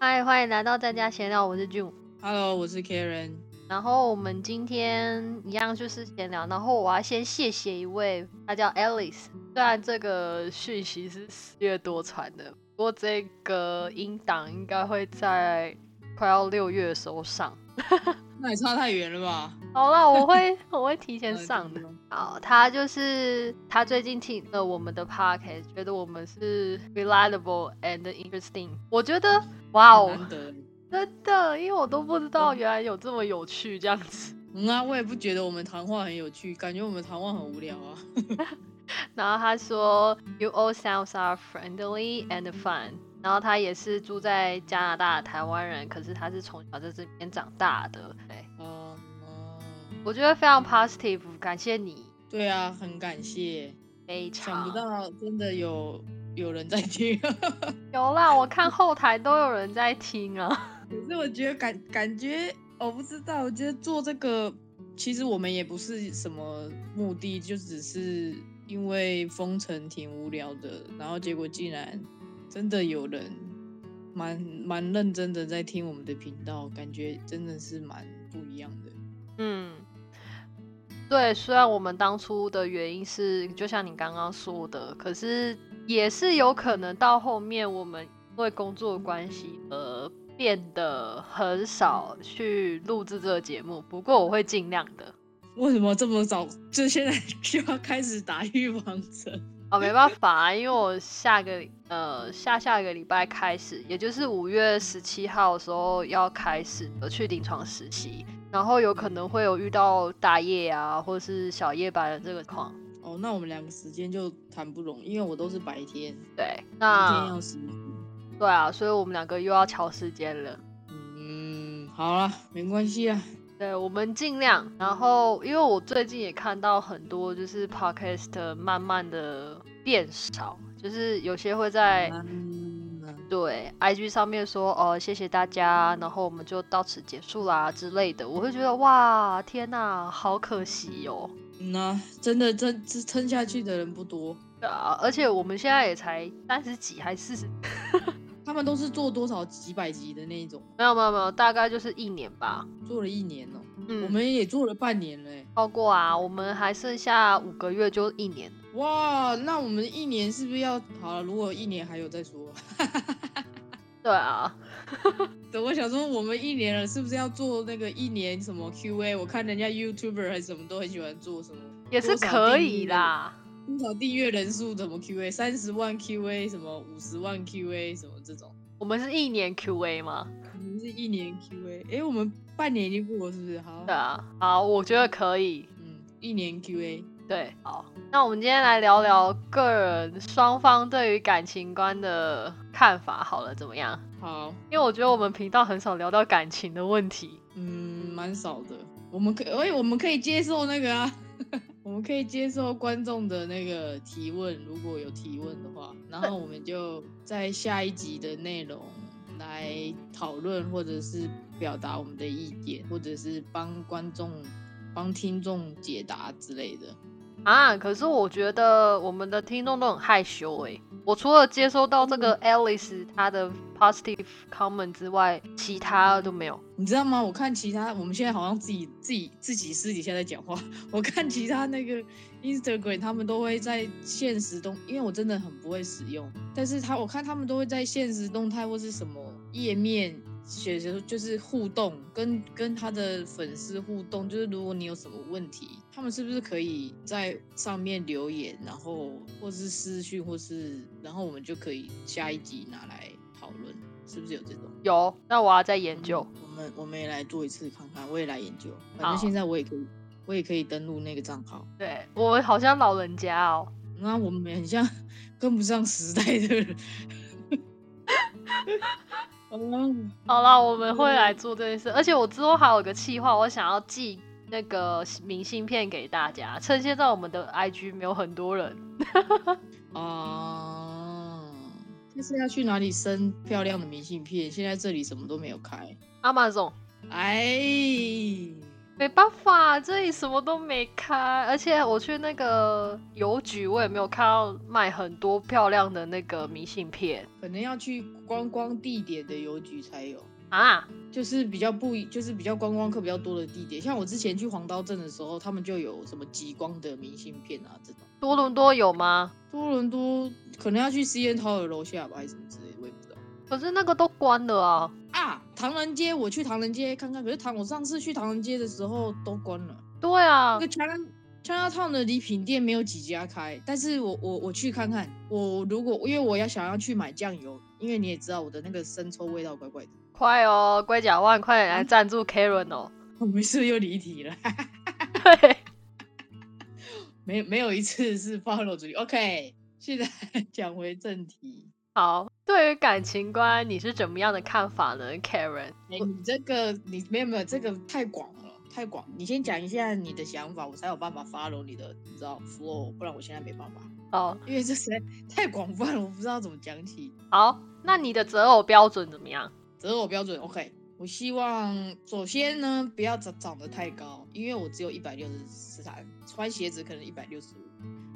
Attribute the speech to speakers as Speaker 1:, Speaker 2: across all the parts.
Speaker 1: 欢迎来到在家闲聊，我是 June。
Speaker 2: Hello，我是 Karen。
Speaker 1: 然后我们今天一样就是闲聊，然后我要先谢谢一位，他叫 Alice。虽然这个讯息是四月多传的，不过这个音档应该会在快要六月的时候上。
Speaker 2: 那也差太远了吧？
Speaker 1: 好啦，我会我会提前
Speaker 2: 呃
Speaker 1: 上的
Speaker 2: 真。的
Speaker 1: 好，他就是他最近听了我们的 podcast，觉得我们是 reliable and interesting。我觉得哇
Speaker 2: 好
Speaker 1: 哦，
Speaker 2: 难得。欸
Speaker 1: 真的，因为我都不知道原来有这么有趣这样子。
Speaker 2: 嗯啊，我也不觉得我们谈话很有趣，感觉我们谈话很无聊啊。
Speaker 1: 然后他说，You all sounds are friendly and fun。然后他也是住在加拿大的台湾人，可是他是从小在这边长大的。对，
Speaker 2: 哦、哦
Speaker 1: 我觉得非常 positive，感谢你，
Speaker 2: 对啊，很感谢，
Speaker 1: 非常。
Speaker 2: 想不到真的有有人在听，
Speaker 1: 有啦，我看后台都有人在听啊。
Speaker 2: 可是我觉得感感觉我不知道，我觉得做这个其实我们也不是什么目的，就只是因为封城挺无聊的，然后结果竟然真的有人蛮蛮认真的在听我们的频道，感觉真的是蛮不一样的。
Speaker 1: 嗯，对，虽然我们当初的原因是，就像你刚刚说的，可是也是有可能到后面我们因为工作关系而变得很少去录制这个节目。不过我会尽量的。
Speaker 2: 为什么这么早就现在 就要开始打预防针？
Speaker 1: 啊，没办法啊，因为我下个礼呃下下个礼拜开始，也就是五月十七号的时候要开始呃去临床实习，然后有可能会有遇到大夜啊或是小夜班的这个况。
Speaker 2: 哦，那我们两个时间就谈不拢，因为我都是白天，
Speaker 1: 对，
Speaker 2: 白天
Speaker 1: 那
Speaker 2: 要实习。
Speaker 1: 对啊，所以我们两个又要调时间了。
Speaker 2: 嗯，好啦，没关系啊。
Speaker 1: 对，我们尽量。然后，因为我最近也看到很多就是 podcast 慢慢的变少，就是有些会在
Speaker 2: 啊嗯
Speaker 1: 对 IG 上面说哦谢谢大家，然后我们就到此结束啦之类的，我会觉得哇天呐，好可惜哦。
Speaker 2: 那、啊真的撑撑撑下去的人不多，
Speaker 1: 对啊，而且我们现在也才三十几还四十，
Speaker 2: 他们都是做多少几百集的那一种，
Speaker 1: 没有没有没有，大概就是一年吧。
Speaker 2: 做了一年哦、
Speaker 1: 嗯，
Speaker 2: 我们也做了欸半年嘞、
Speaker 1: 超过啊，我们还剩下五个月就一年。
Speaker 2: 哇，那我们一年是不是要好了？如果一年还有再说，
Speaker 1: 对啊，
Speaker 2: 对，我想说我们一年了，是不是要做那个一年什么 Q&A？我看人家 YouTuber 还是什么都很喜欢做什么
Speaker 1: 也是可以啦。
Speaker 2: 多少订阅人数怎么 Q&A，三十万 Q&A 什么五十万 Q&A 什么这种。
Speaker 1: 我们是一年 QA 吗？
Speaker 2: 我们是一年 QA，哎、诶我们半年已经过了，是不是？好，
Speaker 1: 对啊，好，我觉得可以。
Speaker 2: 嗯，一年 QA，
Speaker 1: 对，好，那我们今天来聊聊个人双方对于感情观的看法，好了，怎么样？
Speaker 2: 好，
Speaker 1: 因为我觉得我们频道很少聊到感情的问题。
Speaker 2: 嗯，蛮少的。我们可，哎、我们可以接受那个啊， 我们可以接受观众的那个提问，如果有提问的话，然后我们就在下一集的内容来讨论，或者是表达我们的意见，或者是帮观众、帮听众解答之类的。
Speaker 1: 啊，可是我觉得我们的听众都很害羞诶、我除了接收到这个 Alice 她的 positive comment 之外，其他都没有。
Speaker 2: 你知道吗？我看其他，我们现在好像自己自己自己私底下在讲话。 我看其他那个 Instagram，他们都会在现实动，因为我真的很不会使用，但是他我看他们都会在现实动态或是什么页面写着，就是互动，跟跟他的粉丝互动，就是如果你有什么问题，他们是不是可以在上面留言，然后或是私讯，或是然后我们就可以下一集拿来讨论，是不是有这种？
Speaker 1: 有，那我要再研究。
Speaker 2: 嗯我们我们也来做一次看看，我也来研究。反
Speaker 1: 好
Speaker 2: 正现在我也可以，我也可以登录那个账号。
Speaker 1: 对我好像老人家哦。
Speaker 2: 那我们很像跟不上时代的人。 嗯，
Speaker 1: 好啦，我们会来做这件事，而且我之后还有一个计划，我想要寄那个明信片给大家。趁现在我们的 IG 没有很多人，
Speaker 2: 啊，
Speaker 1: 哦
Speaker 2: 这是要去哪里生漂亮的明信片？现在这里什么都没有开。
Speaker 1: Amazon
Speaker 2: 哎，
Speaker 1: 没办法，这里什么都没开，而且我去那个邮局，我也没有看到卖很多漂亮的那个明信片
Speaker 2: 可能要去观光地点的邮局才有，
Speaker 1: 啊。
Speaker 2: 就是比较不一，就是比较观光客比较多的地点。像我之前去黄刀镇的时候，他们就有什么极光的明信片啊这种。
Speaker 1: 多伦多有吗？
Speaker 2: 多伦多可能要去 C N 桃的楼下吧，还是什么之类的，我也不知道。
Speaker 1: 可是那个都关了啊。
Speaker 2: 啊，唐人街，我去唐人街看看。可是唐，我上次去唐人街的时候都关了。
Speaker 1: 对啊
Speaker 2: 那个 China China Town 的礼品店没有几家开，但是我我我去看看。我如果因为我要想要去买酱油，因为你也知道我的那个生抽味道怪怪的。
Speaker 1: 快哦，龟甲万，快点
Speaker 2: 啊
Speaker 1: 来赞助 Karen 哦。
Speaker 2: 我们是不是又离题了？
Speaker 1: 对，
Speaker 2: 没没有一次是 follow 主题。OK，现在 讲回正题。
Speaker 1: 好，对于感情观你是怎么样的看法呢，Karen？
Speaker 2: 哎、你这个你没有没有，这个太广了，太广。你先讲一下你的想法，我才有办法 follow 你的，你知道 flow，不然我现在没办法，
Speaker 1: 哦，
Speaker 2: 因为这实在太广泛了，我不知道怎么讲起。
Speaker 1: 好，那你的择偶标准怎么样？
Speaker 2: 择偶标准 OK，我希望首先呢不要长长得太高，因为我只有一百六十四三，穿鞋子可能一百六十五。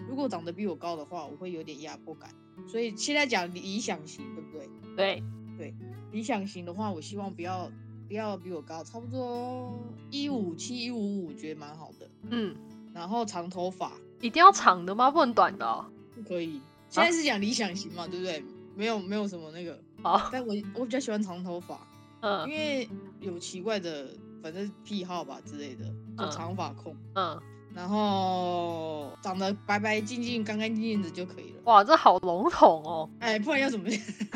Speaker 2: 如果长得比我高的话，我会有点压迫感。所以现在讲理想型，对不对？
Speaker 1: 对，
Speaker 2: 理想型的话，我希望不要不要比我高，差不多一五七一五五，觉得蛮好的。
Speaker 1: 嗯，
Speaker 2: 然后长头发
Speaker 1: 一定要长的吗？不能短的哦。
Speaker 2: 不可以。现
Speaker 1: 啊
Speaker 2: 在是讲理想型嘛，对不对？没有没有什么 那个，
Speaker 1: 好，
Speaker 2: 但我我比较喜欢长头发。
Speaker 1: 哦嗯
Speaker 2: 因为有奇怪的，反正癖好吧之类的，就
Speaker 1: 嗯
Speaker 2: 长发控，
Speaker 1: 嗯，
Speaker 2: 然后长得白白净净、干干净净的就可以了。
Speaker 1: 哇，这好笼统哦。
Speaker 2: 哎，不然要怎么？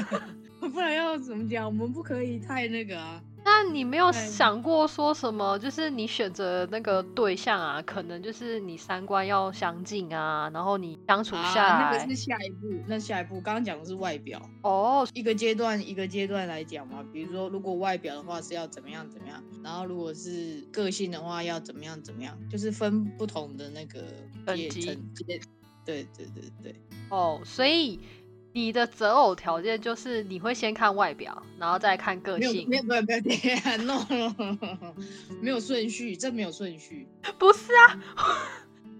Speaker 2: 不然要怎么讲？我们不可以太那个啊。
Speaker 1: 那你没有
Speaker 2: 对
Speaker 1: 想过说什么？就是你选择那个对象啊，可能就是你三观要相近啊，然后你相处下
Speaker 2: 啊，那
Speaker 1: 来、
Speaker 2: 个是下一步，那下一步刚刚讲的是外表，
Speaker 1: 哦，
Speaker 2: 一个阶段一个阶段来讲嘛。比如说，如果外表的话是要怎么样怎么样，然后如果是个性的话要怎么样怎么样，就是分不同的那个
Speaker 1: 等
Speaker 2: 阶
Speaker 1: 级
Speaker 2: 层阶。对对对对。
Speaker 1: 哦，所以你的择偶条件就是你会先看外表，然后再看个
Speaker 2: 没有
Speaker 1: 性，
Speaker 2: 没有没有没有， 等一下，no no，没有顺序，这没有顺序。
Speaker 1: 不是啊？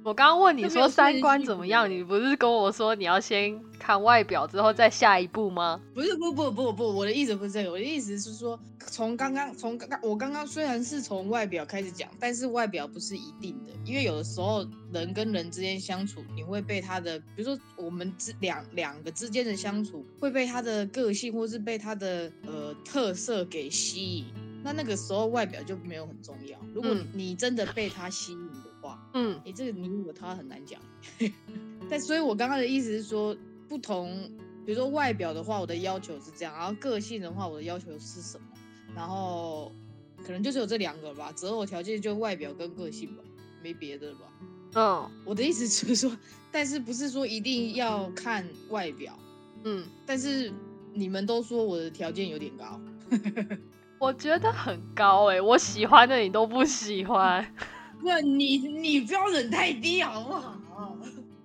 Speaker 1: 我刚刚问你
Speaker 2: 这没有
Speaker 1: 说三观
Speaker 2: 顺序
Speaker 1: 怎么样，你不是跟我说你要先看外表之后再下一步吗？
Speaker 2: 不是不不不不，我的意思不是这个，我的意思是说，从刚刚从刚刚我刚刚虽然是从外表开始讲，但是外表不是一定的，因为有的时候人跟人之间相处，你会被他的，比如说我们之两两个之间的相处，会被他的个性或是被他的呃特色给吸引。那那个时候外表就没有很重要，如果
Speaker 1: 嗯
Speaker 2: 你真的被他吸引的话，
Speaker 1: 嗯，
Speaker 2: 你这个你我他很难讲。 但所以，我刚刚的意思是说，不同，比如说外表的话，我的要求是这样，然后个性的话，我的要求是什么，然后可能就是有这两个吧，择偶条件就外表跟个性吧，没别的吧。
Speaker 1: 嗯
Speaker 2: 我的意思是说，但是不是说一定要看外表，
Speaker 1: 嗯，
Speaker 2: 但是你们都说我的条件有点高，
Speaker 1: 我觉得很高哎、我喜欢的你都不喜 欢。
Speaker 2: 不，你你标准太低好不好？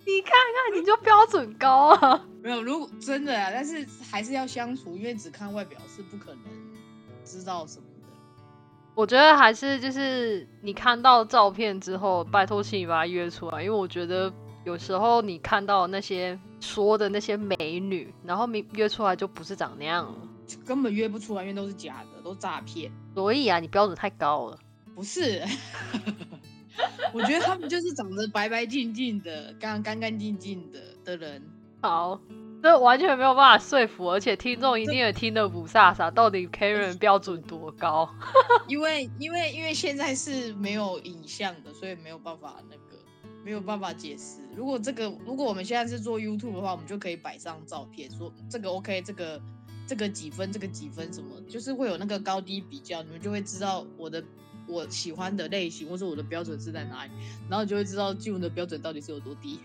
Speaker 1: 你看看，你就标准高啊！
Speaker 2: 没有，如果真的啊，但是还是要相处，因为只看外表是不可能知道什么的。
Speaker 1: 我觉得还是就是你看到照片之后，拜托请你把她约出来，因为我觉得有时候你看到那些说的那些美女，然后明约出来就不是长那样了。
Speaker 2: 根本约不出来，因为都是假的，都诈骗。
Speaker 1: 所以啊，你标准太高了。
Speaker 2: 不是， 我觉得他们就是长得白白净净的，干干干净净的的人。
Speaker 1: 好，这完全没有办法说服，而且听众一定也听得不飒飒，到底 Karen 标准多 高？
Speaker 2: 因为因为因为现在是没有影像的，所以没有办法那个没有办法解释。如果这个如果我们现在是做 YouTube 的话，我们就可以摆上照片，说这个 OK，这个这个几分，这个几分什么，就是会有那个高低比较，你们就会知道我的我喜欢的类型或者我的标准是在哪里，然后你就会知道俊文的标准到底是有多低。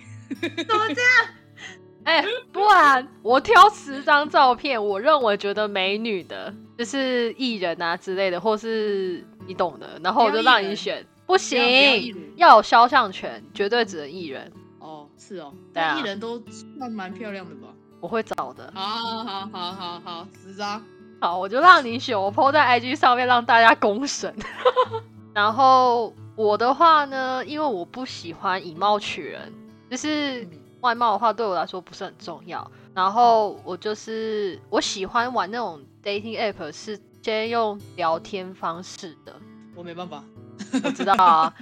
Speaker 1: 哎、不然我挑十张照片，我认为觉得美女的，就是艺人啊之类的，或是你懂的，然后我就让你选。不行，
Speaker 2: 不要艺人
Speaker 1: 要有肖像权，绝对只能艺人。
Speaker 2: 哦，是哦，
Speaker 1: 对啊
Speaker 2: 但艺人都算蛮漂亮的吧？
Speaker 1: 我会找的。
Speaker 2: 好好好好好，十张。
Speaker 1: 好，我就让你选，我 PO 在 IG 上面让大家公审。然后我的话呢，因为我不喜欢以貌取人，
Speaker 2: 嗯
Speaker 1: 就是外貌的话对我来说不是很重要。然后我就是我喜欢玩那种 dating app，是先用聊天方式的。
Speaker 2: 我没办法，
Speaker 1: 我知道啊，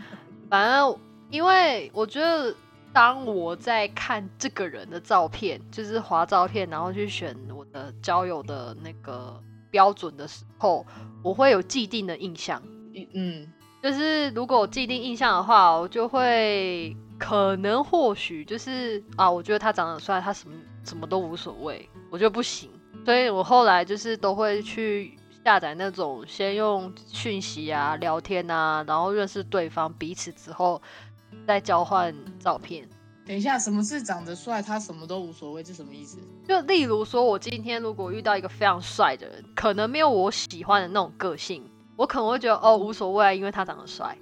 Speaker 1: 反正因为我觉得，当我在看这个人的照片，就是划照片，然后去选我的交友的那个标准的时候，我会有既定的印象。
Speaker 2: 一嗯，
Speaker 1: 就是如果我既定印象的话，我就会可能或许就是啊，我觉得他长得帅，他什么什么都无所谓，我觉得不行。所以我后来就是都会去下载那种先用讯息啊、聊天啊，然后认识对方彼此之后，再交换照片。
Speaker 2: 等一下，什么是长得帅，他什么都无所谓，这什么意思？
Speaker 1: 就例如说，我今天如果遇到一个非常帅的人，可能没有我喜欢的那种个性，我可能会觉得哦无所谓啊，因为他长得帅。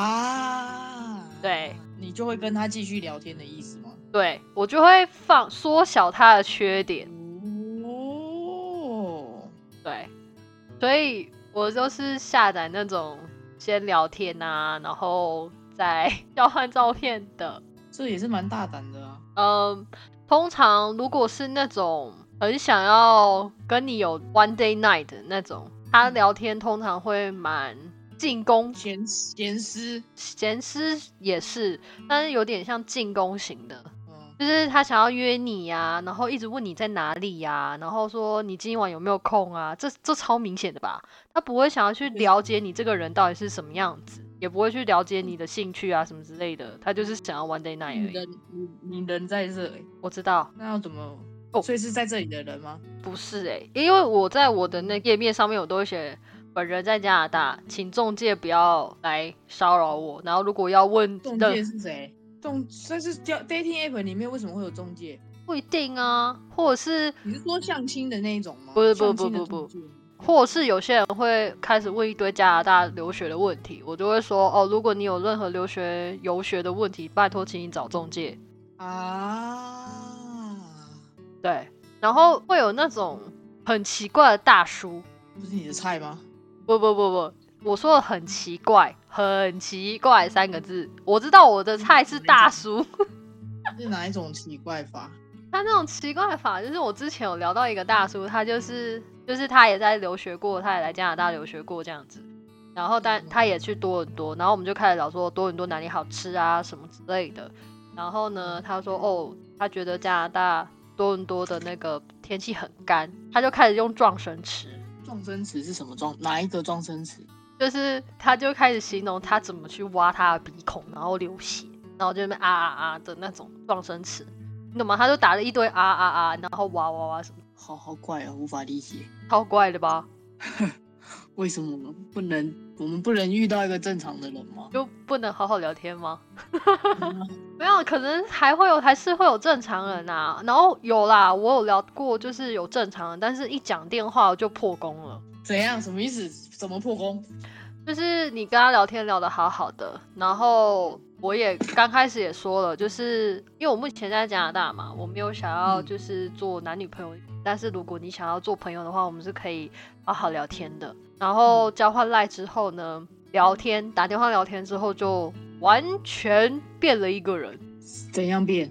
Speaker 2: 啊，
Speaker 1: 对，
Speaker 2: 你就会跟他继续聊天的意思吗？
Speaker 1: 对我就会放缩小他的缺点，
Speaker 2: 哦，
Speaker 1: 对，所以我就是下载那种先聊天啊，然后再 交换照片的。
Speaker 2: 这也是蛮大胆的啊。
Speaker 1: 嗯，通常如果是那种很想要跟你有 one day night 的那种，他聊天通常会蛮进攻，
Speaker 2: 闲闲诗，
Speaker 1: 闲思也是，但是有点像进攻型的。
Speaker 2: 嗯，
Speaker 1: 就是他想要约你呀、然后一直问你在哪里呀、然后说你今晚有没有空啊？这这超明显的吧？他不会想要
Speaker 2: 嗯
Speaker 1: 去了解你这个人到底是什么样子，也不会去了解你的兴趣啊什么之类的，他就是想要 one day
Speaker 2: 你
Speaker 1: night 而已。
Speaker 2: 人你你人在这、欸，
Speaker 1: 我知道
Speaker 2: 那要怎么？
Speaker 1: 哦
Speaker 2: 所以是在这里的人吗？
Speaker 1: 不是诶、因为我在我的那页面上面我都会写。本人在加拿大，请中介不要来骚扰我。然后，如果要问
Speaker 2: 中
Speaker 1: 任
Speaker 2: 介是谁？中，但是叫 dating app 里面为什么会有中介？
Speaker 1: 不一定啊，或者是
Speaker 2: 你是说相亲的那一种吗？
Speaker 1: 不是不
Speaker 2: 相亲
Speaker 1: 不
Speaker 2: 的
Speaker 1: 不
Speaker 2: 中介吗，
Speaker 1: 或是有些人会开始问一堆加拿大留学的问题，我就会说哦，如果你有任何留学游学的问题，拜托请你找中介。
Speaker 2: 啊，
Speaker 1: 对，然后会有那种很奇怪的大叔，
Speaker 2: 不是你的菜吗？
Speaker 1: 不不不不，我说的很奇怪，很奇怪三个字，我知道我的菜是大叔。
Speaker 2: 是哪一种奇怪法？
Speaker 1: 他那种奇怪法，就是我之前有聊到一个大叔，他就是就是他也在留学过，他也来加拿大留学过这样子，然后但他也去多伦多，然后我们就开始聊说多伦多哪里好吃啊什么之类的，然后呢他说哦，他觉得加拿大多伦多的那个天气很干，他就开始用撞声词，
Speaker 2: 撞生词是什么撞？哪一个撞生词？
Speaker 1: 就是他就开始形容他怎么去挖他的鼻孔，然后流血，然后就那边啊啊啊的那种撞声词，你懂吗？他就打了一堆啊啊啊，然后哇哇哇什么。
Speaker 2: 好好怪哦，无法理解，
Speaker 1: 超怪的吧？
Speaker 2: 为什么我们不能我们不能遇到一个正常的人吗？
Speaker 1: 就不能好好聊天吗？
Speaker 2: 嗯
Speaker 1: 没有，可能还会有，还是会有正常人啊。然后有啦，我有聊过，就是有正常人，但是一讲电话我就破功了。
Speaker 2: 怎样？什么意思？怎么破功？
Speaker 1: 就是你跟他聊天聊得好好的，然后我也刚开始也说了，就是因为我目前在加拿大嘛，我没有想要
Speaker 2: 嗯
Speaker 1: 就是做男女朋友，但是如果你想要做朋友的话，我们是可以好好聊天的。然
Speaker 2: 嗯
Speaker 1: 后交换赖之后呢，聊天打电话聊天之后就完全变了一个人，
Speaker 2: 怎样变？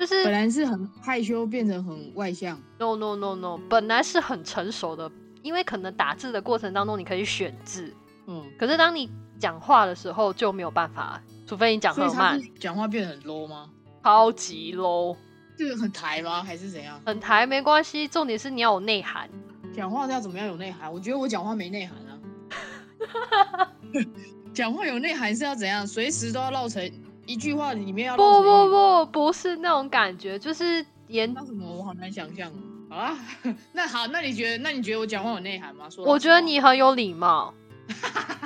Speaker 1: 就是
Speaker 2: 本来是很害羞，变成很外向。
Speaker 1: no no no no，本来是很成熟的，因为可能打字的过程当中你可以选字，
Speaker 2: 嗯，
Speaker 1: 可是当你讲话的时候就没有办法，除非你讲
Speaker 2: 所以
Speaker 1: 很
Speaker 2: 他
Speaker 1: 慢，
Speaker 2: 是讲话变得很 low 吗？
Speaker 1: 超级 low。
Speaker 2: 就是很抬吗？还是怎样？
Speaker 1: 很台没关系，重点是你要有内涵。
Speaker 2: 讲话要怎么样有内涵？我觉得我讲话没内涵啊。 讲话有内涵是要怎样？随时都要绕成一句话里面要
Speaker 1: 不
Speaker 2: 绕成
Speaker 1: 不
Speaker 2: 一
Speaker 1: 不，不是那种感觉，就是言。
Speaker 2: 那什么我好难想象哦好啊，那好，那你觉得那你觉得我讲话有内涵吗？说老实话哦
Speaker 1: 我觉得你很有礼貌，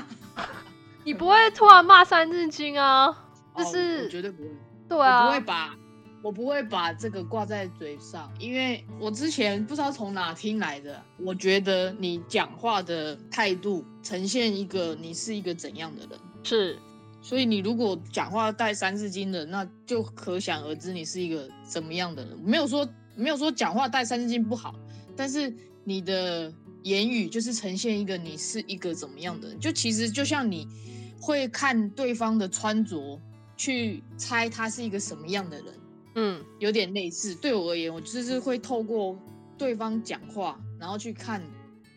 Speaker 1: 你不会突然骂三字经啊？
Speaker 2: 哦
Speaker 1: 就是
Speaker 2: 我绝对不会，
Speaker 1: 对
Speaker 2: 我不
Speaker 1: 啊
Speaker 2: 会，把我不会把这个挂在嘴上，因为我之前不知道从哪听来的，我觉得你讲话的态度呈现一个你是一个怎样的人。
Speaker 1: 是
Speaker 2: 所以你如果讲话带三字经的，那就可想而知你是一个怎么样的人。没有说没有说讲话带三字经不好，但是你的言语就是呈现一个你是一个怎么样的人。就其实就像你会看对方的穿着去猜他是一个什么样的人，
Speaker 1: 嗯
Speaker 2: 有点类似。对我而言，我就是会透过对方讲话，然后去看，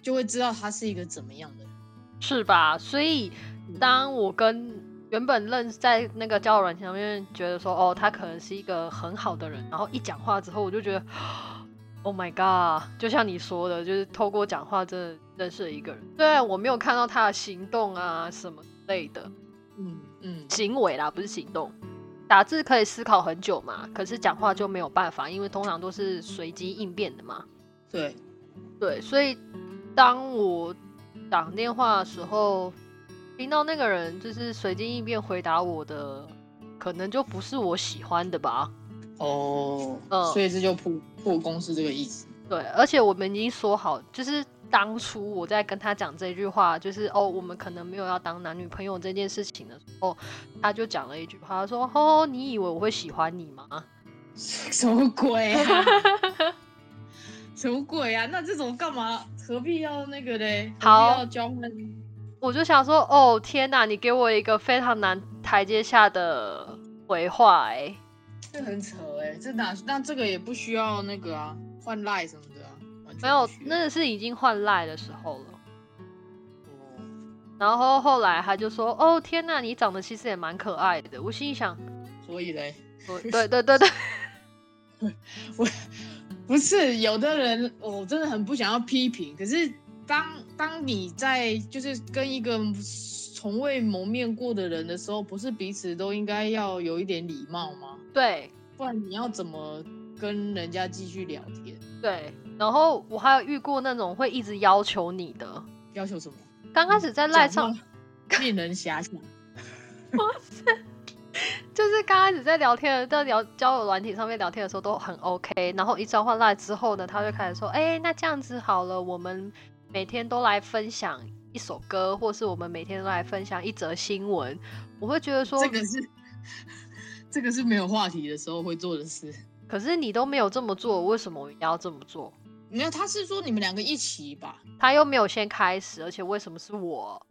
Speaker 2: 就会知道他是一个怎么样的人。
Speaker 1: 是吧？所以当我跟原本认在那个交友软件上面觉得说，哦，他可能是一个很好的人，然后一讲话之后，我就觉得，Oh my god！就像你说的，就是透过讲话真的认识了一个人。虽然我没有看到他的行动啊什么之类的
Speaker 2: 嗯嗯，
Speaker 1: 行为啦，不是行动。打字可以思考很久嘛，可是讲话就没有办法，因为通常都是随机应变的嘛。
Speaker 2: 对，
Speaker 1: 对，所以当我打电话的时候，听到那个人就是随机应变回答我的，可能就不是我喜欢的吧。
Speaker 2: 哦，
Speaker 1: 嗯
Speaker 2: 所以这就破破公司这个意思。
Speaker 1: 对，而且我们已经说好，就是当初我在跟他讲这句话，就是哦，我们可能没有要当男女朋友这件事情的时候，他就讲了一句话，他说：“哦，你以为我会喜欢你吗
Speaker 2: 什么 鬼啊？什么鬼啊？那这种干嘛？何必要那个嘞？
Speaker 1: 好
Speaker 2: 何必要交换？？”
Speaker 1: 我就想说：“哦，天哪，你给我一个非常难台阶下的回话、欸，
Speaker 2: 这很扯哎、这哪？那这个也不需要那个啊，换赖什么的啊，完全
Speaker 1: 没有
Speaker 2: 不，需要
Speaker 1: 那是已经换赖的时候了。”
Speaker 2: 哦
Speaker 1: 然后后来他就说：“哦，天呐，你长得其实也蛮可爱的。”我心里 想
Speaker 2: 所以嘞，：“
Speaker 1: 我对对对对，
Speaker 2: 我不 是有的人，我真的很不想要批评。可是当当你在就是跟一个从未谋面过的人的时候，不是彼此都应该要有一点礼貌吗？
Speaker 1: 对
Speaker 2: 不然你要怎么跟人家继续聊天？
Speaker 1: 对。”然后我还有遇过那种会一直要求你的。
Speaker 2: 要求什么？
Speaker 1: 刚开始在赖
Speaker 2: 讲
Speaker 1: 上，
Speaker 2: 话 令人遐想。
Speaker 1: 就是刚开始在聊天的在聊交友软体上面聊天的时候都很 OK，然后一交换赖之后呢，他就开始说：“哎、那这样子好了，我们每天都来分享一首歌，或是我们每天都来分享一则新闻。”我会觉得说，
Speaker 2: 这个是这个是没有话题的时候会做的事。
Speaker 1: 可是你都没有这么做，为什么我要这么做？
Speaker 2: 没有，他是说你们两个一起吧？
Speaker 1: 他又没有先开始，而且为什么是我？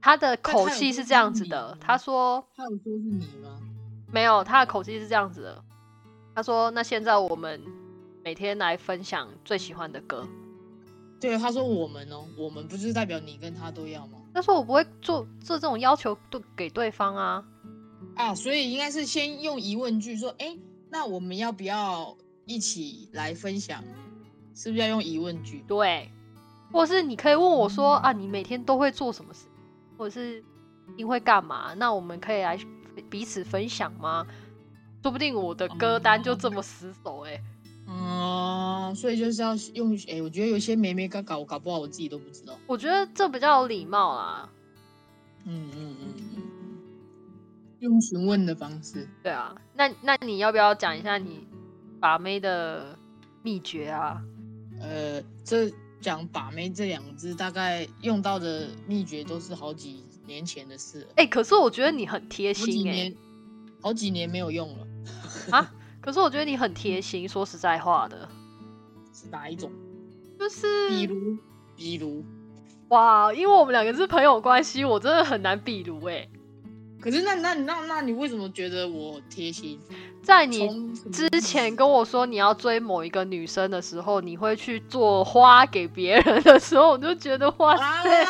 Speaker 1: 他的口气是这样子的，他
Speaker 2: 但他有
Speaker 1: 说
Speaker 2: 他有说是你吗？
Speaker 1: 没有，他的口气是这样子的，他说那现在我们每天来分享最喜欢的歌。
Speaker 2: 对，他说我们哦，我们不是代表你跟他都要吗？
Speaker 1: 但是我不会做做这种要求对给对方啊，
Speaker 2: 啊，所以应该是先用疑问句说，哎，那我们要不要一起来分享？是不是要用疑问句？
Speaker 1: 对，或是你可以问我说啊，你每天都会做什么事，或者是你会干嘛？那我们可以来彼此分享吗？说不定我的歌单就这么死守哎、欸
Speaker 2: 啊、所以就是要用，哎，我觉得有些妹妹搞搞，我搞不好我自己都不知道。
Speaker 1: 我觉得这比较有礼貌啦。
Speaker 2: 嗯嗯嗯嗯嗯，用询问的方式。
Speaker 1: 对啊，那那你要不要讲一下你把妹的秘诀啊？
Speaker 2: 呃，这讲把妹这两个字，大概用到的秘诀都是好几年前的事了，
Speaker 1: 哎、可是我觉得你很贴
Speaker 2: 好几
Speaker 1: 心哎、
Speaker 2: 年，好几年没有用了，
Speaker 1: 可是我觉得你很
Speaker 2: 嗯
Speaker 1: 贴心，说实在话的，
Speaker 2: 是哪一种？
Speaker 1: 就是
Speaker 2: 比如，比如，
Speaker 1: 哇，因为我们两个是朋友关系，我真的很难比如哎、
Speaker 2: 可是那那那那你为什么觉得我贴心？
Speaker 1: 在你
Speaker 2: 从什么
Speaker 1: 之前跟我说你要追某一个女生的时候，你会去做花给别人的时候，我就觉得哇
Speaker 2: 啊
Speaker 1: 塞，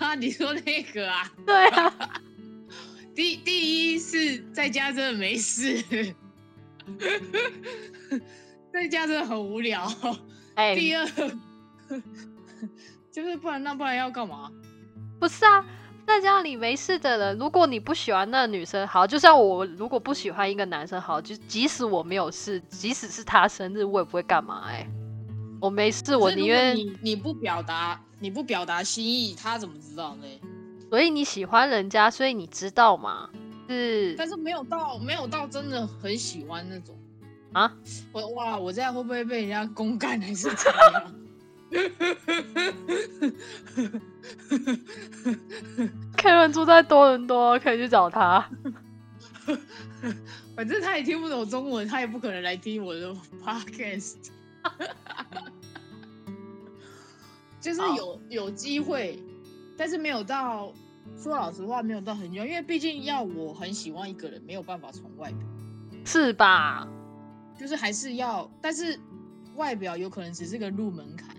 Speaker 2: 啊， 你说那个啊？
Speaker 1: 对啊，
Speaker 2: 第第一是在家真的没事，在家真的很无聊。
Speaker 1: 哎、
Speaker 2: 第二， 就是不然那不然要干嘛？
Speaker 1: 不是啊，在家里没事的人，如果你不喜欢那个女生，好，就像我如果不喜欢一个男生，好，就即使我没有事，即使是他生日，我也不会干嘛哎、我没事，我
Speaker 2: 可是如
Speaker 1: 宁
Speaker 2: 果
Speaker 1: 愿。
Speaker 2: 你你不表达，你不表达心意，他怎么知道呢？
Speaker 1: 所以你喜欢人家，所以你知道嘛？是
Speaker 2: 但是没有到没有到真的很喜欢那种
Speaker 1: 啊。
Speaker 2: 我哇，我这样会不会被人家公干还是怎样？
Speaker 1: Karen 住在多伦多，可以去找他。
Speaker 2: 反正他也听不懂中文，他也不可能来听我的 podcast。就是有有机会，但是没有到说老实话，没有到很久，因为毕竟要我很喜欢一个人，没有办法从外表，
Speaker 1: 是吧？
Speaker 2: 就是还是要，但是外表有可能只是个入门槛，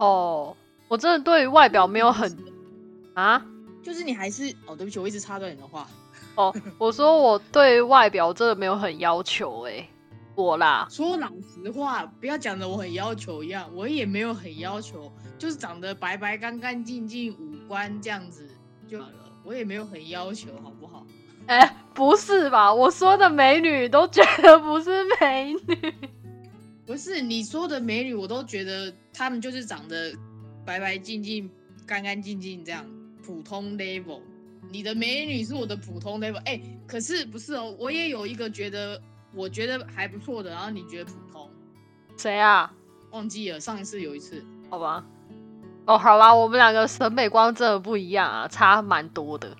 Speaker 1: 哦，我真的对于外表没有很啊。
Speaker 2: 就是你还是哦，对不起，我一直插断你的话，
Speaker 1: 哦，我说我对外表真的没有很要求哎、我啦，
Speaker 2: 说老实话，不要讲的我很要求一样，我也没有很要求，就是长得白白干干净净，五官这样子就好了，我也没有很要求，好不好？
Speaker 1: 哎、不是吧？我说的美女都觉得不是美女，
Speaker 2: 不是你说的美女，我都觉得她们就是长得白白净净、干干净净这样，普通 level。你的美女是我的普通 level，哎、可是不是哦，我也有一个觉得我觉得还不错的，然后你觉得普通，
Speaker 1: 谁啊？
Speaker 2: 忘记了上一次有一次，
Speaker 1: 好吧，哦，好啦，我们两个审美观真的不一样啊，差蛮多的。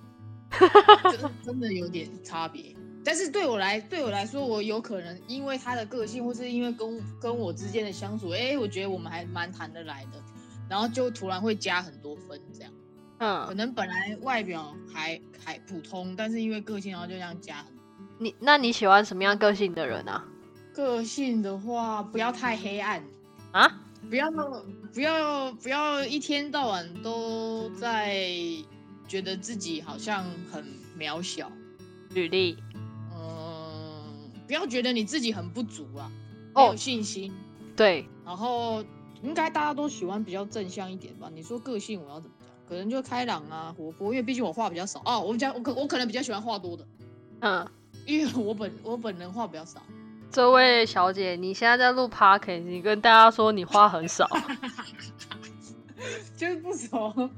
Speaker 2: 真真的有点差别。但是对我来对我来说，我有可能因为他的个性，或是因为跟跟我之间的相处，哎、我觉得我们还蛮谈得来的，然后就突然会加很多分这样。可
Speaker 1: 嗯，
Speaker 2: 能本来外表还还普通，但是因为个性，然后就这样加很多。
Speaker 1: 你那你喜欢什么样个性的人啊？
Speaker 2: 个性的话，不要太黑暗，
Speaker 1: 啊？
Speaker 2: 不要不要不要一天到晚都在觉得自己好像很渺小，
Speaker 1: 举例
Speaker 2: 嗯，不要觉得你自己很不足啊，没
Speaker 1: 哦
Speaker 2: 有信心。
Speaker 1: 对，
Speaker 2: 然后应该大家都喜欢比较正向一点吧？你说个性我要怎么讲？可能就开朗啊，活泼，因为毕竟我话比较少哦。我比较我可我可能比较喜欢话多的，
Speaker 1: 嗯，
Speaker 2: 因为我本 我本人话比较少。
Speaker 1: 这位小姐，你现在在录 p o c a s t 你跟大家说你话很少，
Speaker 2: 就是不熟，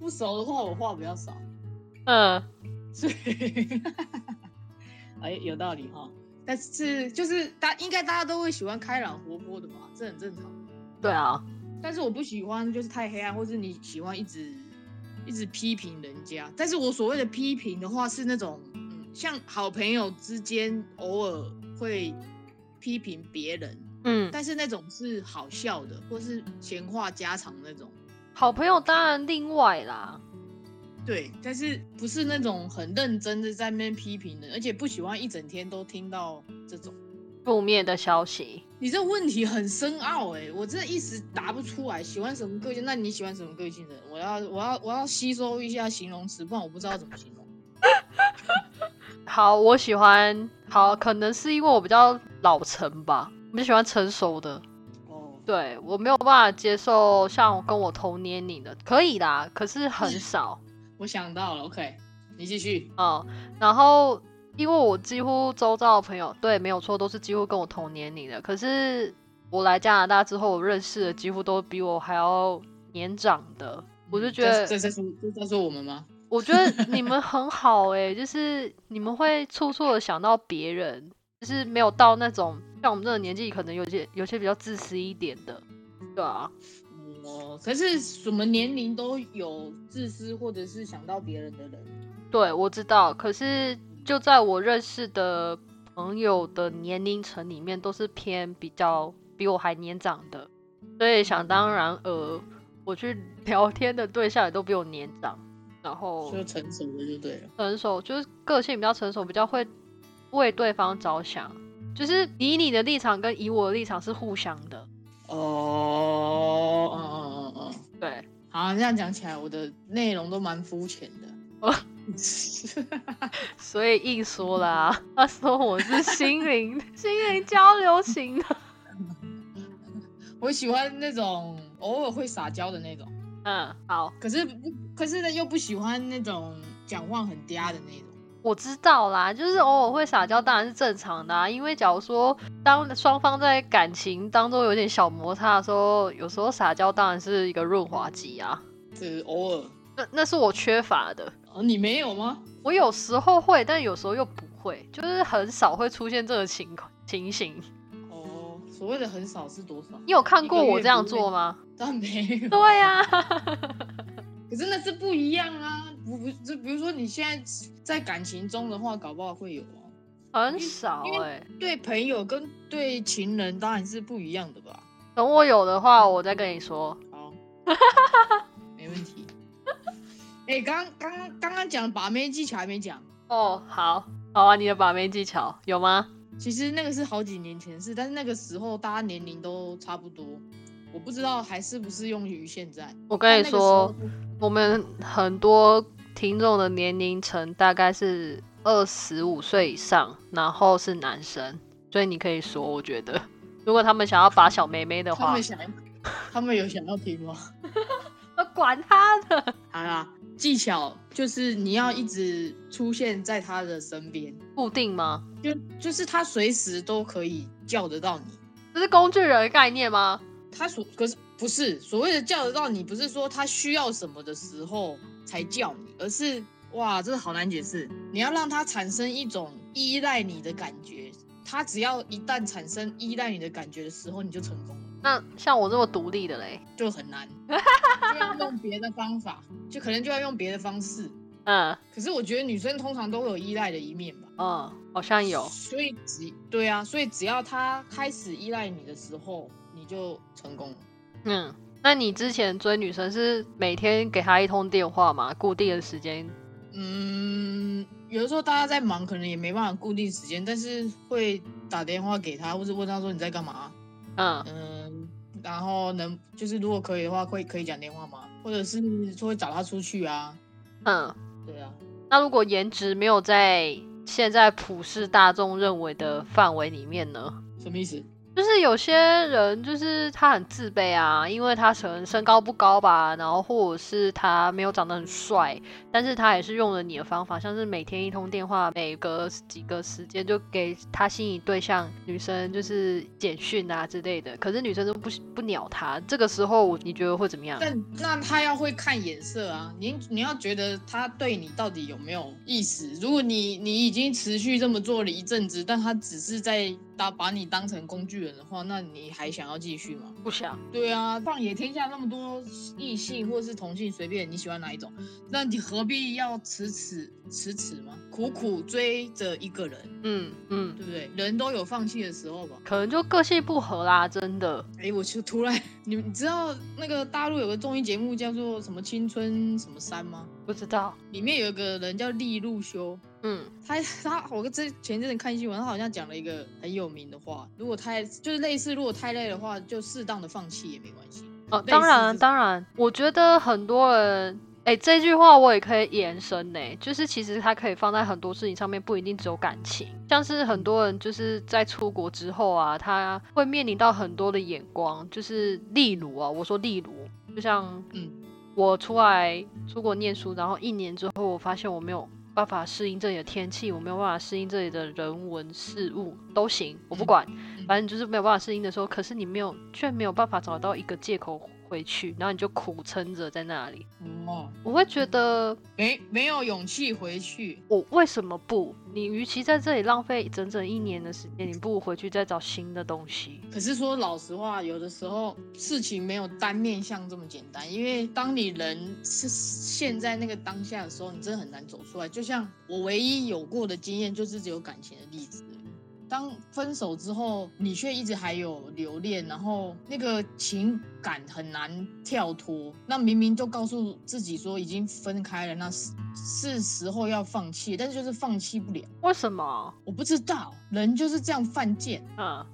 Speaker 2: 不熟的话我话比较少，
Speaker 1: 嗯，
Speaker 2: 所以， 哎，有道理哈。但是就是大应该大家都会喜欢开朗活泼的吧，这很正常。
Speaker 1: 对啊，
Speaker 2: 但是我不喜欢就是太黑暗，或是你喜欢一直一直批评人家。但是我所谓的批评的话，是那种嗯，像好朋友之间偶尔会批评别人，
Speaker 1: 嗯，
Speaker 2: 但是那种是好笑的，或是闲话家常那种。
Speaker 1: 好朋友当然另外啦，
Speaker 2: 对，但是不是那种很认真的在那边批评的，而且不喜欢一整天都听到这种。
Speaker 1: 负面的消息，
Speaker 2: 你这问题很深奥哎、我真的一时答不出来。喜欢什么个性？那你喜欢什么个性的？我要我要我要吸收一下形容词，不然我不知道怎么形容。
Speaker 1: 好，我喜欢，好，可能是因为我比较老成吧，我就喜欢成熟的，
Speaker 2: 哦，
Speaker 1: 对我没有办法接受像跟我同年龄的，可以啦，可是很少，
Speaker 2: 我想到了，OK，你继续。
Speaker 1: 嗯，然后因为我几乎周遭的朋友，对，没有错，都是几乎跟我同年龄的。可是我来加拿大之后，我认识的几乎都比我还要年长的。我就觉
Speaker 2: 这
Speaker 1: 得，
Speaker 2: 这在说这在说我们吗？
Speaker 1: 我觉得你们很好哎、就是你们会处处的想到别人，就是没有到那种像我们这个年纪，可能有些有些比较自私一点的，对啊，
Speaker 2: 嗯我可是什么年龄都有自私或者是想到别人的人。
Speaker 1: 对，我知道。可是就在我认识的朋友的年龄层里面，都是偏比较比我还年长的，所以想当然呃，我去聊天的对象也都比我年长，然后
Speaker 2: 就成熟了就对了，
Speaker 1: 成熟，就是个性比较成熟，比较会为对方着想。就是以你的立场跟以我的立场是互相的，
Speaker 2: 哦，嗯嗯嗯嗯，
Speaker 1: 对，
Speaker 2: 好，这样讲起来，我的内容都蛮肤浅的。
Speaker 1: 哦
Speaker 2: 哦，
Speaker 1: 所以硬说啦。他说我是心灵 心灵交流型的，
Speaker 2: 我喜欢那种偶尔会撒娇的那种，
Speaker 1: 嗯，好，
Speaker 2: 可是可是呢又不喜欢那种讲话很嗲的那种。
Speaker 1: 我知道啦，就是偶尔会撒娇当然是正常的啊，因为假如说当双方在感情当中有点小摩擦的时候，有时候撒娇当然是一个润滑剂啊。
Speaker 2: 这偶尔，
Speaker 1: 那那是我缺乏的，
Speaker 2: 哦，你没有吗？
Speaker 1: 我有时候会，但有时候又不会，就是很少会出现这个情况情形。
Speaker 2: 哦，所谓的很少是多少？
Speaker 1: 你有看过
Speaker 2: 一个月
Speaker 1: 我这样
Speaker 2: 不会
Speaker 1: 做 吗？
Speaker 2: 但没有。
Speaker 1: 对啊呀、
Speaker 2: 可是那是不一样啊，不不，就比如说你现在在感情中的话，搞不好会有 啊。
Speaker 1: 很少
Speaker 2: 因为
Speaker 1: 哎、
Speaker 2: 对朋友跟对情人当然是不一样的吧？
Speaker 1: 等我有的话，我再跟你说。
Speaker 2: 好，没问题。哎、刚刚刚刚刚讲把妹技巧还没讲，
Speaker 1: 哦，好，好啊，你的把妹技巧有吗？
Speaker 2: 其实那个是好几年前的事，但是那个时候大家年龄都差不多，我不知道还是不适用于现在。
Speaker 1: 我
Speaker 2: 但
Speaker 1: 跟你
Speaker 2: 那个时候
Speaker 1: 说，我们很多听众的年龄层大概是二十五岁以上，然后是男生，所以你可以说，我觉得，如果他们想要把小妹妹的
Speaker 2: 他
Speaker 1: 话
Speaker 2: 们，想，他们有想要听吗？
Speaker 1: 我管他的，
Speaker 2: 好啦，技巧就是你要一直出现在他的身边，
Speaker 1: 固定吗？
Speaker 2: 就就是他随时都可以叫得到你。
Speaker 1: 这是工具人的概念吗？
Speaker 2: 他所可是不是所谓的叫得到你，不是说他需要什么的时候才叫你，而是哇，这好难解释。你要让他产生一种依赖你的感觉，他只要一旦产生依赖你的感觉的时候，你就成功了。
Speaker 1: 那像我这么独立的嘞，
Speaker 2: 就很难，就要用别的方法，就可能就要用别的方式。
Speaker 1: 嗯
Speaker 2: 可是我觉得女生通常都会有依赖的一面吧。
Speaker 1: 嗯，好像有，
Speaker 2: 所以只对啊，所以只要他开始依赖你的时候，你就成功了。
Speaker 1: 嗯。那你之前追女生是每天给她一通电话吗？固定的时间？
Speaker 2: 嗯，有的时候大家在忙，可能也没办法固定时间，但是会打电话给他，或者问他说你在干嘛。
Speaker 1: 嗯
Speaker 2: 嗯，然后能就是如果可以的话，会可以讲电话吗？或者是说会找他出去啊？
Speaker 1: 嗯。
Speaker 2: 对啊，
Speaker 1: 那如果颜值没有在现在普世大众认为的范围里面呢？
Speaker 2: 什么意思？
Speaker 1: 就是有些人就是他很自卑啊，因为他可能身高不高吧，然后或者是他没有长得很帅，但是他也是用了你的方法，像是每天一通电话，每隔几个时间就给他心仪对象女生就是简讯啊之类的，可是女生都不不鸟他，这个时候我你觉得会怎么样？
Speaker 2: 但那他要会看眼色啊，你你要觉得他对你到底有没有意思。如果你你已经持续这么做了一阵子，但他只是在把把你当成工具人的话，那你还想要继续吗？
Speaker 1: 不想，
Speaker 2: 对啊，放野天下那么多异性或是同性，随便你喜欢哪一种，那你何必要迟迟迟迟吗？苦苦追着一个人，
Speaker 1: 嗯嗯，
Speaker 2: 对不对？人都有放弃的时候吧。
Speaker 1: 可能就个性不合啦，真的，
Speaker 2: 哎、我就突然，你你知道那个大陆有个综艺节目叫做什么青春什么山吗？
Speaker 1: 不知道，
Speaker 2: 里面有一个人叫利路修，
Speaker 1: 嗯。
Speaker 2: 他他我之前阵子看新闻，他好像讲了一个很有名的话，如果太就是类似，如果太累的话，就适当的放弃也没关系。
Speaker 1: 哦，
Speaker 2: 类
Speaker 1: 当
Speaker 2: 似
Speaker 1: 然，
Speaker 2: 这
Speaker 1: 当然，我觉得很多人，哎、这句话我也可以延伸呢、就是其实它可以放在很多事情上面，不一定只有感情。像是很多人就是在出国之后啊，他会面临到很多的眼光，就是例如啊，我说例如，就像
Speaker 2: 嗯
Speaker 1: 我出来出国念书，然后一年之后，我发现我没有。办法适应这里的天气，我没有办法适应这里的人文事物都行，我不
Speaker 2: 嗯
Speaker 1: 管，
Speaker 2: 嗯
Speaker 1: 反正就是没有办法适应的时候，可是你没有，却没有办法找到一个借口回去，然后你就苦撑着在那里。
Speaker 2: 哦，
Speaker 1: 我会觉得，
Speaker 2: 没没有勇气回去，
Speaker 1: 我为什么不？你与其在这里浪费整整一年的时间，你不如回去再找新的东西。
Speaker 2: 可是说老实话，有的时候事情没有单面向这么简单，因为当你人是陷在那个当下的时候，你真的很难走出来。就像我唯一有过的经验，就是只有感情的例子而已。当分手之后，你却一直还有留恋，然后那个情感很难跳脱。那明明就告诉自己说已经分开了，那是是时候要放弃，但是就是放弃不了。
Speaker 1: 为什么？
Speaker 2: 我不知道，人就是这样犯贱。
Speaker 1: 嗯，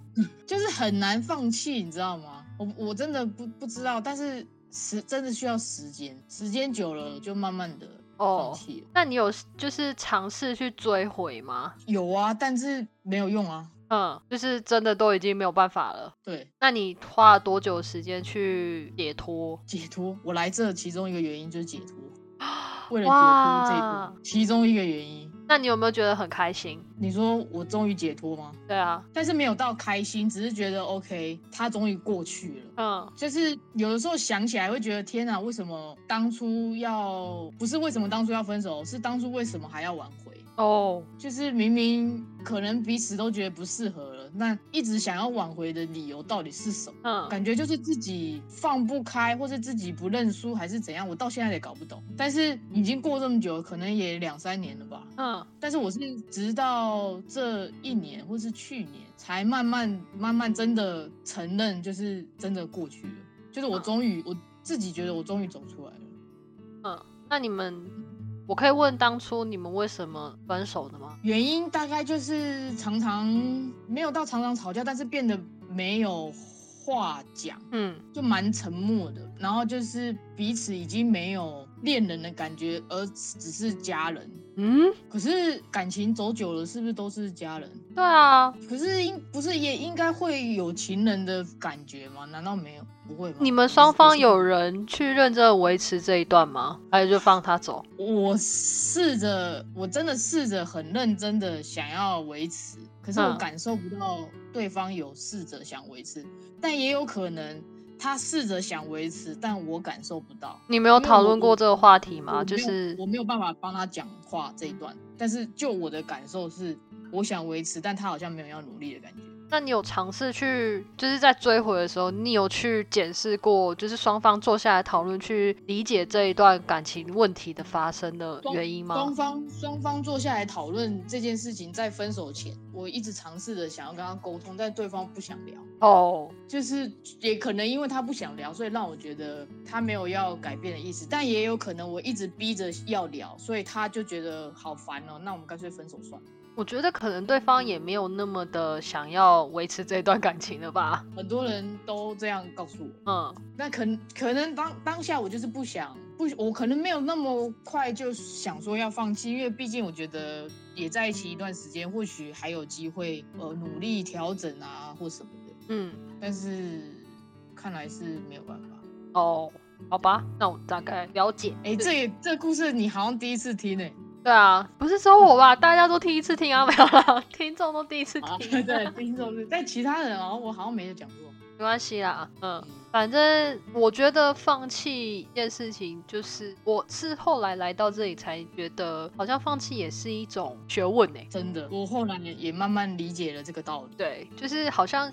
Speaker 2: 就是很难放弃，你知道吗？我我真的不不知道，但是时真的需要时间，时间久了就慢慢的放
Speaker 1: 哦，
Speaker 2: 弃了。
Speaker 1: 那你有就是尝试去追回吗？
Speaker 2: 有啊，但是没有用啊。
Speaker 1: 嗯，就是真的都已经没有办法了。
Speaker 2: 对，
Speaker 1: 那你花了多久时间去解脱？
Speaker 2: 解脱，我来这其中一个原因就是解脱，为了解脱这一
Speaker 1: 啊哇
Speaker 2: 步，，其中一个原因。
Speaker 1: 那你有没有觉得很开心？
Speaker 2: 你说我终于解脱吗？
Speaker 1: 对啊，
Speaker 2: 但是没有到开心，只是觉得 OK，它终于过去了。
Speaker 1: 嗯
Speaker 2: 就是有的时候想起来会觉得天哪，为什么当初要不是为什么当初要分手，是当初为什么还要挽回？
Speaker 1: 哦，
Speaker 2: 就是明明可能彼此都觉得不适合了，那一直想要挽回的理由到底是什么？
Speaker 1: 嗯，
Speaker 2: 感觉就是自己放不开，或是自己不认输，还是怎样？我到现在也搞不懂。但是已经过这么久，可能也两三年了吧。
Speaker 1: 嗯
Speaker 2: 但是我是直到这一年或是去年，才慢慢慢慢真的承认，就是真的过去了。就是我
Speaker 1: 嗯
Speaker 2: 终于、我自己觉得我终于走出来了。
Speaker 1: 嗯，那你们，我可以问当初你们为什么分手的吗？
Speaker 2: 原因大概就是常常没有到常常吵架，但是变得没有话讲，
Speaker 1: 嗯，
Speaker 2: 就蛮沉默的。然后就是彼此已经没有恋人的感觉，而只是家人。
Speaker 1: 嗯，
Speaker 2: 可是感情走久了，是不是都是家人？
Speaker 1: 对啊，
Speaker 2: 可是应不是也应该会有情人的感觉吗？难道没有？不会吗？
Speaker 1: 你们双方有
Speaker 2: 我哦是
Speaker 1: 人去认真地维持这一段吗？还是就放他走？
Speaker 2: 我试着，我真的试着很认真的想要维持，可是我
Speaker 1: 嗯
Speaker 2: 感受不到对方有试着想维持，但也有可能他试着想维持，但我感受不到。
Speaker 1: 你们有
Speaker 2: 因为
Speaker 1: 讨
Speaker 2: 我
Speaker 1: 论过这个话题
Speaker 2: 我
Speaker 1: 吗？就
Speaker 2: 没有
Speaker 1: 是
Speaker 2: 我没有办法帮他讲话这一段，但是就我的感受是，我想维持，但他好像没有要努力的感觉。
Speaker 1: 那你有尝试去，就是在追回的时候，你有去检视过，就是双方坐下来讨论，去理解这一段感情问题的发生的原因吗
Speaker 2: 双？方双方坐下来讨论这件事情，在分手前，我一直尝试着想要跟他沟通，但对方不想聊，
Speaker 1: 哦，
Speaker 2: 就是也可能因为他不想聊，所以让我觉得他没有要改变的意思，但也有可能我一直逼着要聊，所以他就觉得好烦哦，那我们干脆分手算了。
Speaker 1: 我觉得可能对方也没有那么的想要维持这段感情了吧。
Speaker 2: 很多人都这样告诉我，
Speaker 1: 嗯，
Speaker 2: 那可能可能当当下我就是不想不，我可能没有那么快就想说要放弃，因为毕竟我觉得也在一起一段时间，或许还有机会呃努力调整啊或什么的，
Speaker 1: 嗯，
Speaker 2: 但是看来是没有办法。
Speaker 1: 哦，好吧，那我大概了解。
Speaker 2: 哎、这这故事你好像第一次听哎、
Speaker 1: 对啊，不是只有我吧？大家都第一次听啊，没有啦， 听众都第一次
Speaker 2: 啊，
Speaker 1: 听，
Speaker 2: 对，听众是，但其他人好像我好像没有讲过。
Speaker 1: 没关系啦，嗯。
Speaker 2: 嗯
Speaker 1: 反正我觉得放弃一件事情，就是我是后来来到这里才觉得，好像放弃也是一种学问欸呢、
Speaker 2: 真的，我后来也慢慢理解了这个道理。
Speaker 1: 对，就是好像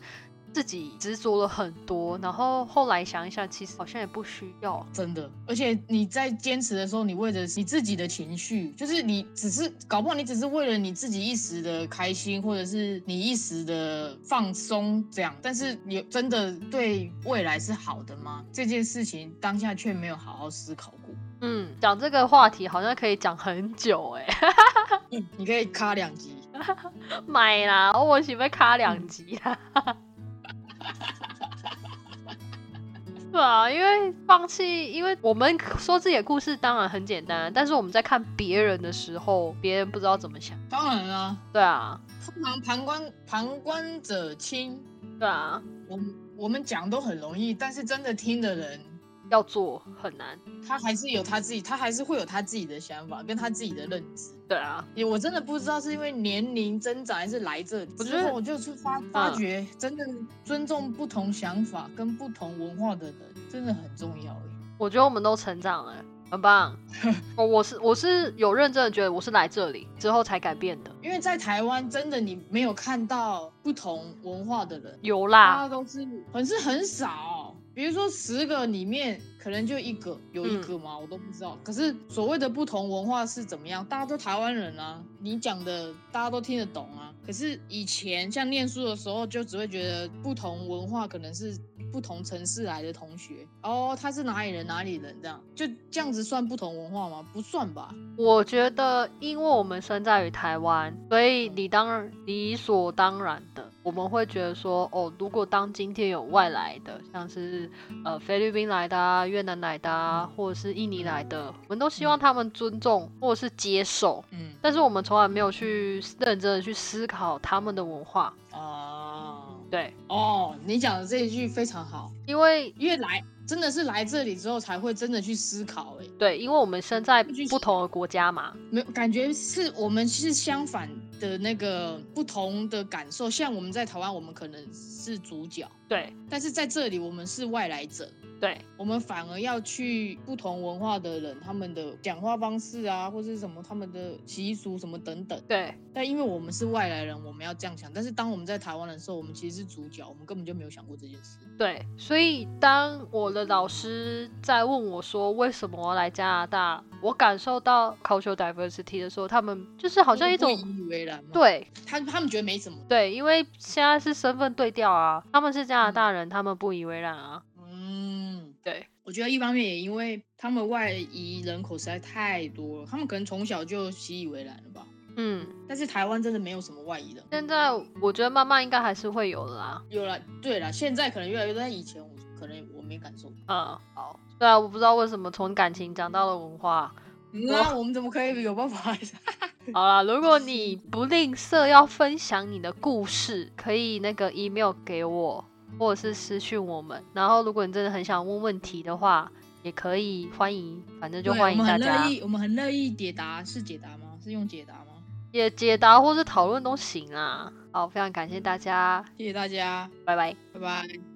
Speaker 1: 自己执着了很多，然后后来想一想，其实好像也不需要。
Speaker 2: 真的，而且你在坚持的时候，你为了你自己的情绪，就是你只是搞不好你只是为了你自己一时的开心，或者是你一时的放松这样，但是你真的对未来是好的吗？这件事情当下却没有好好思考过。
Speaker 1: 嗯，讲这个话题好像可以讲很久哎、
Speaker 2: 嗯，你可以卡两集，
Speaker 1: 买啦，我准备卡两集 啊。对啊，因为放弃，因为我们说自己的故事当然很简单，啊但是我们在看别人的时候，别人不知道怎么想。
Speaker 2: 当然啦、
Speaker 1: 对啊，
Speaker 2: 通常旁观旁观者清，
Speaker 1: 对啊，
Speaker 2: 我们我们讲都很容易，但是真的听的人。
Speaker 1: 要做很难。
Speaker 2: 他还是有他自己，他还是会有他自己的想法跟他自己的认知。
Speaker 1: 对啊，
Speaker 2: 也我真的不知道是因为年龄增长还是来这里，
Speaker 1: 我觉
Speaker 2: 之
Speaker 1: 得嗯
Speaker 2: 后我就是发发觉，真的尊重不同想法跟不同文化的人，真的很重要耶。欸
Speaker 1: 我觉得我们都成长了，很棒。哦我我是我是有认真的觉得我是来这里之后才改变的，
Speaker 2: 因为在台湾，真的你没有看到不同文化的人，
Speaker 1: 有啦，
Speaker 2: 大家都是很是很少。比如说十个里面可能就一个有一个嘛，我都不知道。可是所谓的不同文化是怎么样？大家都台湾人啊，你讲的大家都听得懂啊。可是以前像念书的时候，就只会觉得不同文化可能是不同城市来的同学，哦，他是哪里人哪里人这样，就这样子算不同文化吗？不算吧。
Speaker 1: 我觉得，因为我们身在于台湾，所以理当然理所当然的，我们会觉得说，哦，如果当今天有外来的，像是呃菲律宾来的、啊、越南来的、啊，或者是印尼来的，我们都希望他们尊重或者是接受，
Speaker 2: 嗯
Speaker 1: 但是我们从来没有去认真的去思考他们的文化。
Speaker 2: 啊，
Speaker 1: 对，
Speaker 2: 哦，你讲的这一句非常好。
Speaker 1: 因为
Speaker 2: 因为来真的是来这里之后才会真的去思考、欸，
Speaker 1: 对，因为我们身在不同的国家嘛，
Speaker 2: 没有感觉是我们是相反的那个不同的感受。像我们在台湾，我们可能是主角，
Speaker 1: 对
Speaker 2: 但是在这里我们是外来者，
Speaker 1: 对，
Speaker 2: 我们反而要去不同文化的人他们的讲话方式啊，或是什么他们的习俗什么等等。
Speaker 1: 对，
Speaker 2: 但因为我们是外来人，我们要这样想。但是当我们在台湾的时候，我们其实是主角，我们根本就没有想过这件事。
Speaker 1: 对，所以当我的老师在问我说为什么我要来加拿大，我感受到 cultural diversity 的时候，他们就是好像一种
Speaker 2: 不以为然嘛，
Speaker 1: 对
Speaker 2: 他他们觉得没什么。
Speaker 1: 对，因为现在是身份对调啊，他们是加拿大人，他们不以为然啊。
Speaker 2: 嗯，
Speaker 1: 对，
Speaker 2: 我觉得一方面也因为他们外移人口实在太多了，他们可能从小就习以为然了吧。
Speaker 1: 嗯，
Speaker 2: 但是台湾真的没有什么外移人，
Speaker 1: 现在我觉得慢慢应该还是会有的啦。
Speaker 2: 有了，对了，现在可能越来越多，但以前我可能我没感受。
Speaker 1: 嗯，好，对啊，我不知道为什么从感情讲到了文化。嗯
Speaker 2: 那我们怎么可以有 办法？
Speaker 1: 好啦，如果你不吝啬要分享你的故事，可以那个 email 给我，或者是私讯我们。然后，如果你真的很想问问题的话，也可以欢迎，反正就
Speaker 2: 对
Speaker 1: 欢迎大
Speaker 2: 我们
Speaker 1: 家
Speaker 2: 很乐意，我们很乐意解答，是解答吗？是用解答吗？
Speaker 1: 也解答或是讨论都行啊。好，非常感谢大家，
Speaker 2: 谢谢大家，
Speaker 1: 拜拜。
Speaker 2: 拜拜。